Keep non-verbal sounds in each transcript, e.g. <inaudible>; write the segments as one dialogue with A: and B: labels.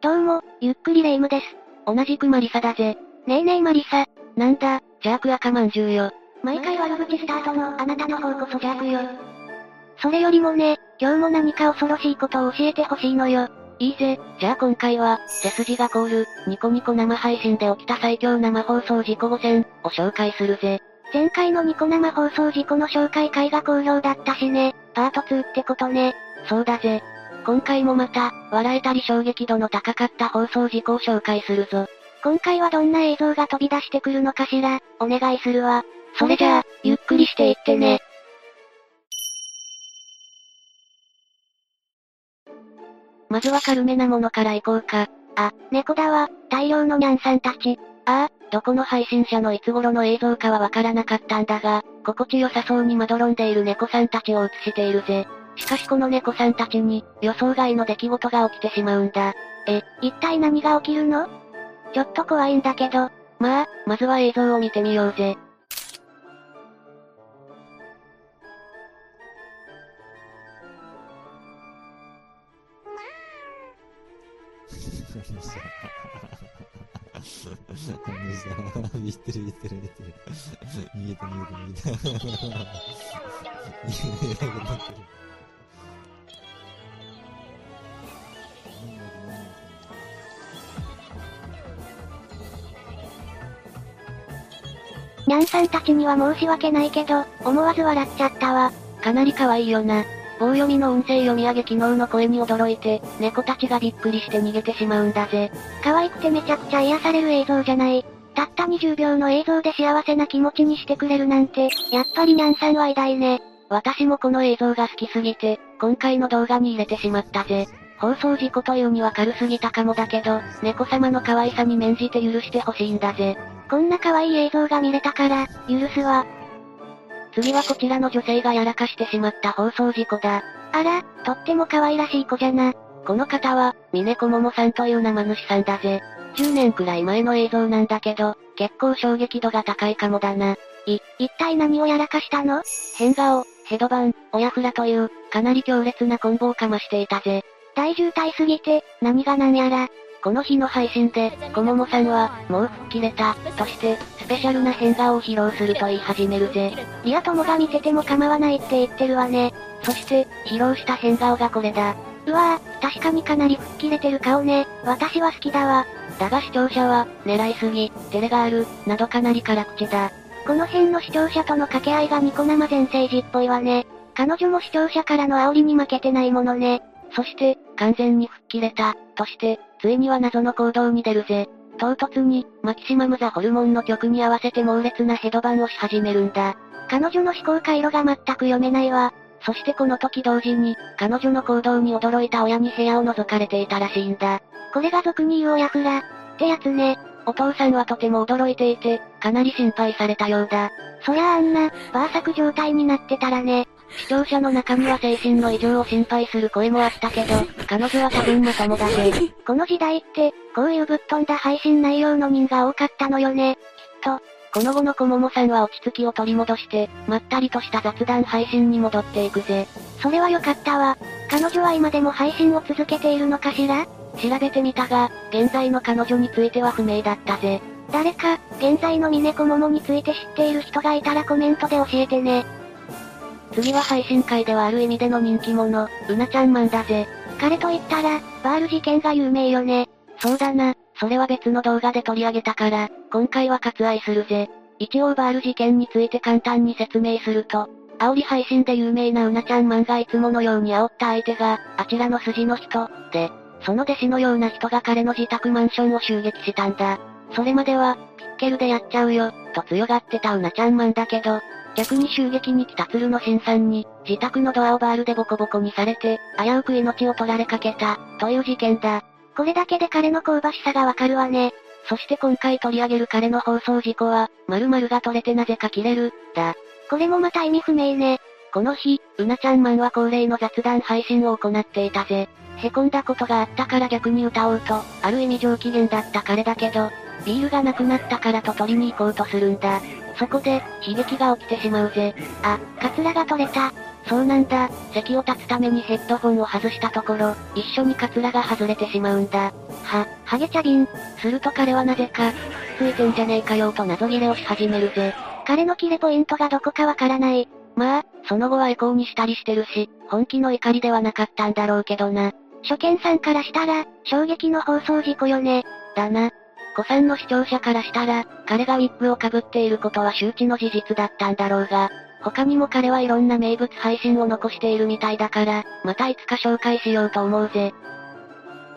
A: どうも、ゆっくりレ夢ムです。
B: 同じくマリサだぜ。
A: ねえねえマリサ。
B: なんだ、邪悪赤まんじゅうよ。
A: 毎回悪口スタートのあなたの方こそ邪悪よ。それよりもね、今日も何か恐ろしいことを教えてほしいのよ。
B: いいぜ、じゃあ今回は、背筋が凍る、ニコニコ生配信で起きた最強生放送事故5000を紹介するぜ。
A: 前回のニコ生放送事故の紹介会が好評だったしね、パート2ってことね。
B: そうだぜ。今回もまた、笑えたり衝撃度の高かった放送事故を紹介するぞ。
A: 今回はどんな映像が飛び出してくるのかしら、お願いするわ。
B: それじゃあ、ゆっくりしていってね。まずは軽めなものからいこうか。
A: あ、猫だわ、大量のニャンさんたち。
B: ああ、どこの配信者のいつ頃の映像かはわからなかったんだが、心地よさそうにまどろんでいる猫さんたちを映しているぜ。しかしこの猫さんたちに、予想外の出来事が起きてしまうんだ。
A: え、一体何が起きるのちょっと怖いんだけど。
B: まあ、まずは映像を見てみようぜ。
C: 見えてる見えてる見えてる見えてる見えてる見えてる見えてる見えてる
A: ニャンさんたちには申し訳ないけど、思わず笑っちゃったわ。
B: かなり可愛いよな。棒読みの音声読み上げ機能の声に驚いて、猫たちがびっくりして逃げてしまうんだぜ。
A: 可愛くてめちゃくちゃ癒される映像じゃない。たった20秒の映像で幸せな気持ちにしてくれるなんて、やっぱりニャンさんは偉大ね。
B: 私もこの映像が好きすぎて、今回の動画に入れてしまったぜ。放送事故というには軽すぎたかもだけど、猫様の可愛さに免じて許してほしいんだぜ。
A: こんな可愛い映像が見れたから、許すわ。
B: 次はこちらの女性がやらかしてしまった放送事故だ。
A: あら、とっても可愛らしい子じゃな。
B: この方は、峰子桃さんという生主さんだぜ。10年くらい前の映像なんだけど、結構衝撃度が高いかもだな。
A: い、一体何をやらかしたの
B: 変顔、ヘドバン、親フラという、かなり強烈なコンボをかましていたぜ。
A: 大渋滞すぎて、何が何やら。
B: この日の配信で、小桃さんは、もう吹っ切れた、として、スペシャルな変顔を披露すると言い始めるぜ。
A: リア友が見てても構わないって言ってるわね。
B: そして、披露した変顔がこれだ。
A: うわぁ、確かにかなり吹っ切れてる顔ね。私は好きだわ。
B: だが視聴者は、狙いすぎ、照れがある、などかなり辛口だ。
A: この辺の視聴者との掛け合いがニコ生全盛時っぽいわね。彼女も視聴者からの煽りに負けてないものね。
B: そして、完全に吹っ切れた、として、ついには謎の行動に出るぜ。唐突に、マキシマムザホルモンの曲に合わせて猛烈なヘドバンをし始めるんだ。
A: 彼女の思考回路が全く読めないわ。
B: そしてこの時同時に、彼女の行動に驚いた親に部屋を覗かれていたらしいんだ。
A: これが俗に言う親フラ。ってやつね。
B: お父さんはとても驚いていて、かなり心配されたようだ。
A: そりゃああんな、バー作状態になってたらね。
B: 視聴者の中には精神の異常を心配する声もあったけど、彼女は多分まともだぜ。
A: <laughs> この時代って、こういうぶっ飛んだ配信内容の人が多かったのよね。
B: この後の小桃さんは落ち着きを取り戻して、まったりとした雑談配信に戻っていくぜ。
A: それは良かったわ。彼女は今でも配信を続けているのかしら
B: 調べてみたが、現在の彼女については不明だったぜ。
A: 誰か、現在の峰子桃について知っている人がいたらコメントで教えてね。
B: 次は配信会ではある意味での人気者、うなちゃんマンだぜ。
A: 彼と言ったら、バール事件が有名よね。
B: そうだな、それは別の動画で取り上げたから、今回は割愛するぜ。一応バール事件について簡単に説明すると、煽り配信で有名なうなちゃんマンがいつものように煽った相手が、あちらの筋の人、で、その弟子のような人が彼の自宅マンションを襲撃したんだ。それまでは、ピッケルでやっちゃうよ、と強がってたうなちゃんマンだけど、逆に襲撃に来た鶴の新さんに、自宅のドアをバールでボコボコにされて、危うく命を取られかけた、という事件だ。
A: これだけで彼の香ばしさがわかるわね。
B: そして今回取り上げる彼の放送事故は、〇〇が取れてなぜか切れる、だ。
A: これもまた意味不明ね。
B: この日、うなちゃんマンは恒例の雑談配信を行っていたぜ。凹んだことがあったから逆に歌おうと、ある意味上機嫌だった彼だけど、ビールがなくなったからと取りに行こうとするんだ。そこで、悲劇が起きてしまうぜ。
A: あ、カツラが取れた。
B: そうなんだ、席を立つためにヘッドホンを外したところ、一緒にカツラが外れてしまうんだ。
A: は、ハゲチャビン。
B: すると彼はなぜか、ついてんじゃねえかよと謎切れをし始めるぜ。
A: 彼のキレポイントがどこかわからない。
B: まあ、その後はエコーにしたりしてるし、本気の怒りではなかったんだろうけどな。
A: 初見さんからしたら、衝撃の放送事故よね。
B: だな。古参の視聴者からしたら、彼がウィッグをかぶっていることは周知の事実だったんだろうが、他にも彼はいろんな名物配信を残しているみたいだから、またいつか紹介しようと思うぜ。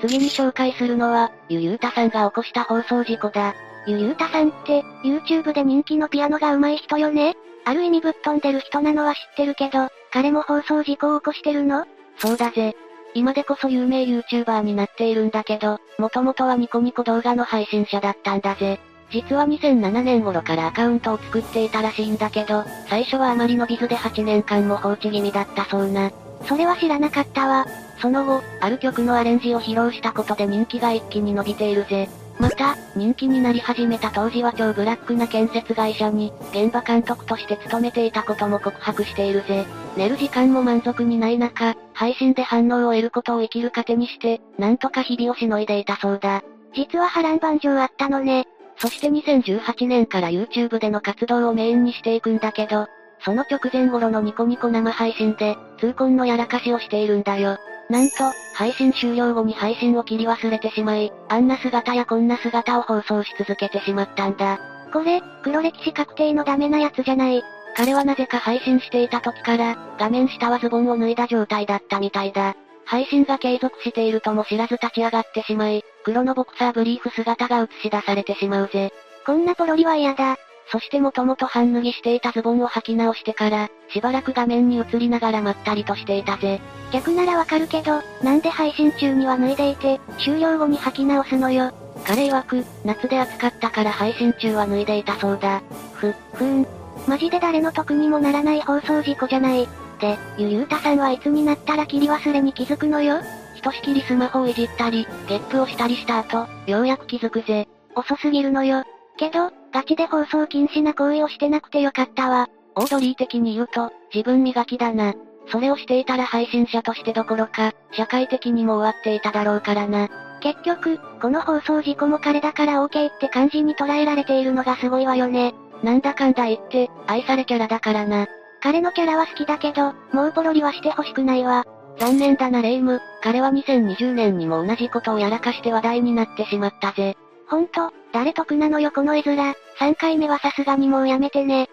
B: 次に紹介するのは、ゆゆうたさんが起こした放送事故だ。
A: ゆゆうたさんって、YouTube で人気のピアノが上手い人よねある意味ぶっ飛んでる人なのは知ってるけど、彼も放送事故を起こしてるの
B: そうだぜ。今でこそ有名 YouTuber になっているんだけど、もともとはニコニコ動画の配信者だったんだぜ。実は2007年頃からアカウントを作っていたらしいんだけど、最初はあまり伸びずで8年間も放置気味だったそうな。
A: それは知らなかったわ。
B: その後、ある曲のアレンジを披露したことで人気が一気に伸びているぜ。また、人気になり始めた当時は超ブラックな建設会社に、現場監督として勤めていたことも告白しているぜ。寝る時間も満足にない中、配信で反応を得ることを生きる糧にして、なんとか日々をしのいでいたそうだ。
A: 実は波乱万丈あったのね。
B: そして2018年から YouTube での活動をメインにしていくんだけど、その直前頃のニコニコ生配信で、痛恨のやらかしをしているんだよ。なんと、配信終了後に配信を切り忘れてしまい、あんな姿やこんな姿を放送し続けてしまったんだ。
A: これ、黒歴史確定のダメなやつじゃない。
B: 彼はなぜか配信していた時から、画面下はズボンを脱いだ状態だったみたいだ。配信が継続しているとも知らず立ち上がってしまい、黒のボクサーブリーフ姿が映し出されてしまうぜ。
A: こんなポロリは嫌だ。
B: そしてもともと半脱ぎしていたズボンを履き直してから、しばらく画面に映りながらまったりとしていたぜ。
A: 逆ならわかるけど、なんで配信中には脱いでいて、終了後に履き直すのよ。
B: 彼曰く、夏で暑かったから配信中は脱いでいたそうだ。
A: ふ、ふーん。マジで誰の得にもならない放送事故じゃない。で、ゆゆうたさんはいつになったら切り忘れに気づくのよ
B: ひとしきりスマホをいじったり、ゲップをしたりした後、ようやく気づくぜ。
A: 遅すぎるのよ。けど、ガチで放送禁止な行為をしてなくてよかったわ。
B: オードリー的に言うと、自分磨きだな。それをしていたら配信者としてどころか、社会的にも終わっていただろうからな。
A: 結局、この放送事故も彼だから OK って感じに捉えられているのがすごいわよね。
B: なんだかんだ言って、愛されキャラだからな。
A: 彼のキャラは好きだけど、もうポロリはしてほしくないわ。
B: 残念だなレイム、彼は2020年にも同じことをやらかして話題になってしまったぜ。
A: ほんと、誰得なのよこの絵面、3回目はさすがにもうやめてね。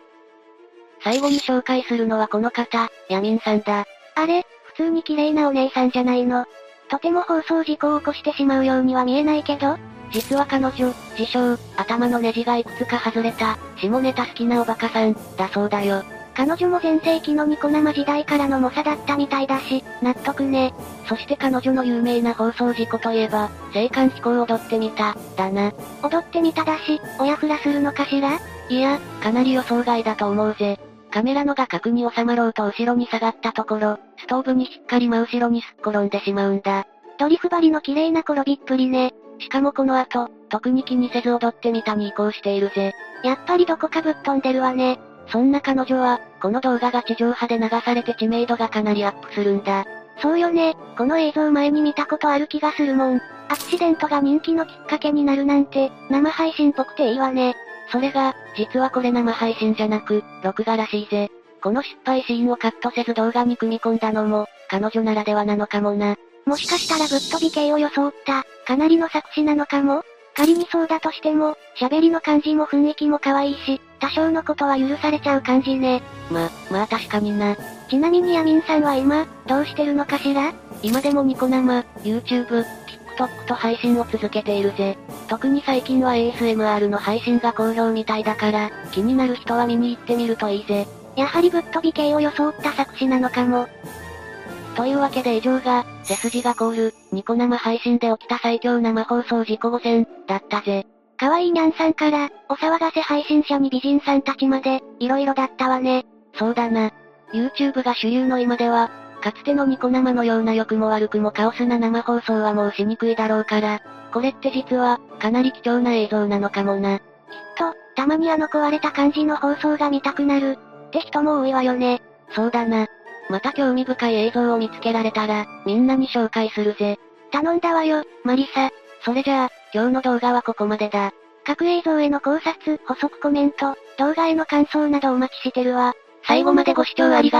B: 最後に紹介するのはこの方、ヤミンさんだ。
A: あれ、普通に綺麗なお姉さんじゃないの。とても放送事故を起こしてしまうようには見えないけど、
B: 実は彼女、自称、頭のネジがいくつか外れた、下ネタ好きなおバカさん、だそうだよ。
A: 彼女も全盛期のニコ生時代からの猛者だったみたいだし、納得ね。
B: そして彼女の有名な放送事故といえば、青函飛行踊ってみた、だな。
A: 踊ってみただし、親フラするのかしら
B: いや、かなり予想外だと思うぜ。カメラの画角に収まろうと後ろに下がったところ、ストーブに引っかり真後ろにすっ転んでしまうんだ。
A: ドリフ張りの綺麗な転びっぷりね。
B: しかもこの後、特に気にせず踊ってみたに移行しているぜ。
A: やっぱりどこかぶっ飛んでるわね。
B: そんな彼女は、この動画が地上波で流されて知名度がかなりアップするんだ。
A: そうよね、この映像前に見たことある気がするもん。アクシデントが人気のきっかけになるなんて、生配信っぽくていいわね。
B: それが、実はこれ生配信じゃなく、録画らしいぜ。この失敗シーンをカットせず動画に組み込んだのも、彼女ならではなのかもな。
A: もしかしたらぶっ飛び系を装った、かなりの作詞なのかも仮にそうだとしても、喋りの感じも雰囲気も可愛いし、多少のことは許されちゃう感じね。
B: ま、まあ確かにな。
A: ちなみにヤミンさんは今、どうしてるのかしら
B: 今でもニコ生、YouTube、TikTok と配信を続けているぜ。特に最近は ASMR の配信が好評みたいだから、気になる人は見に行ってみるといいぜ。
A: やはりぶっ飛び系を装った作詞なのかも。
B: というわけで以上が、背筋が凍る、ニコ生配信で起きた最強生放送事故5000、だったぜ。
A: かわいいにゃんさんから、お騒がせ配信者に美人さんたちまで、いろいろだったわね。
B: そうだな。YouTube が主流の今では、かつてのニコ生のような良くも悪くもカオスな生放送はもうしにくいだろうから、これって実は、かなり貴重な映像なのかもな。
A: きっと、たまにあの壊れた感じの放送が見たくなる、って人も多いわよね。
B: そうだな。また興味深い映像を見つけられたら、みんなに紹介するぜ。
A: 頼んだわよ、マリサ。
B: それじゃあ、今日の動画はここまでだ。
A: 各映像への考察、補足コメント、動画への感想などお待ちしてるわ。最後までご視聴ありがとうございました。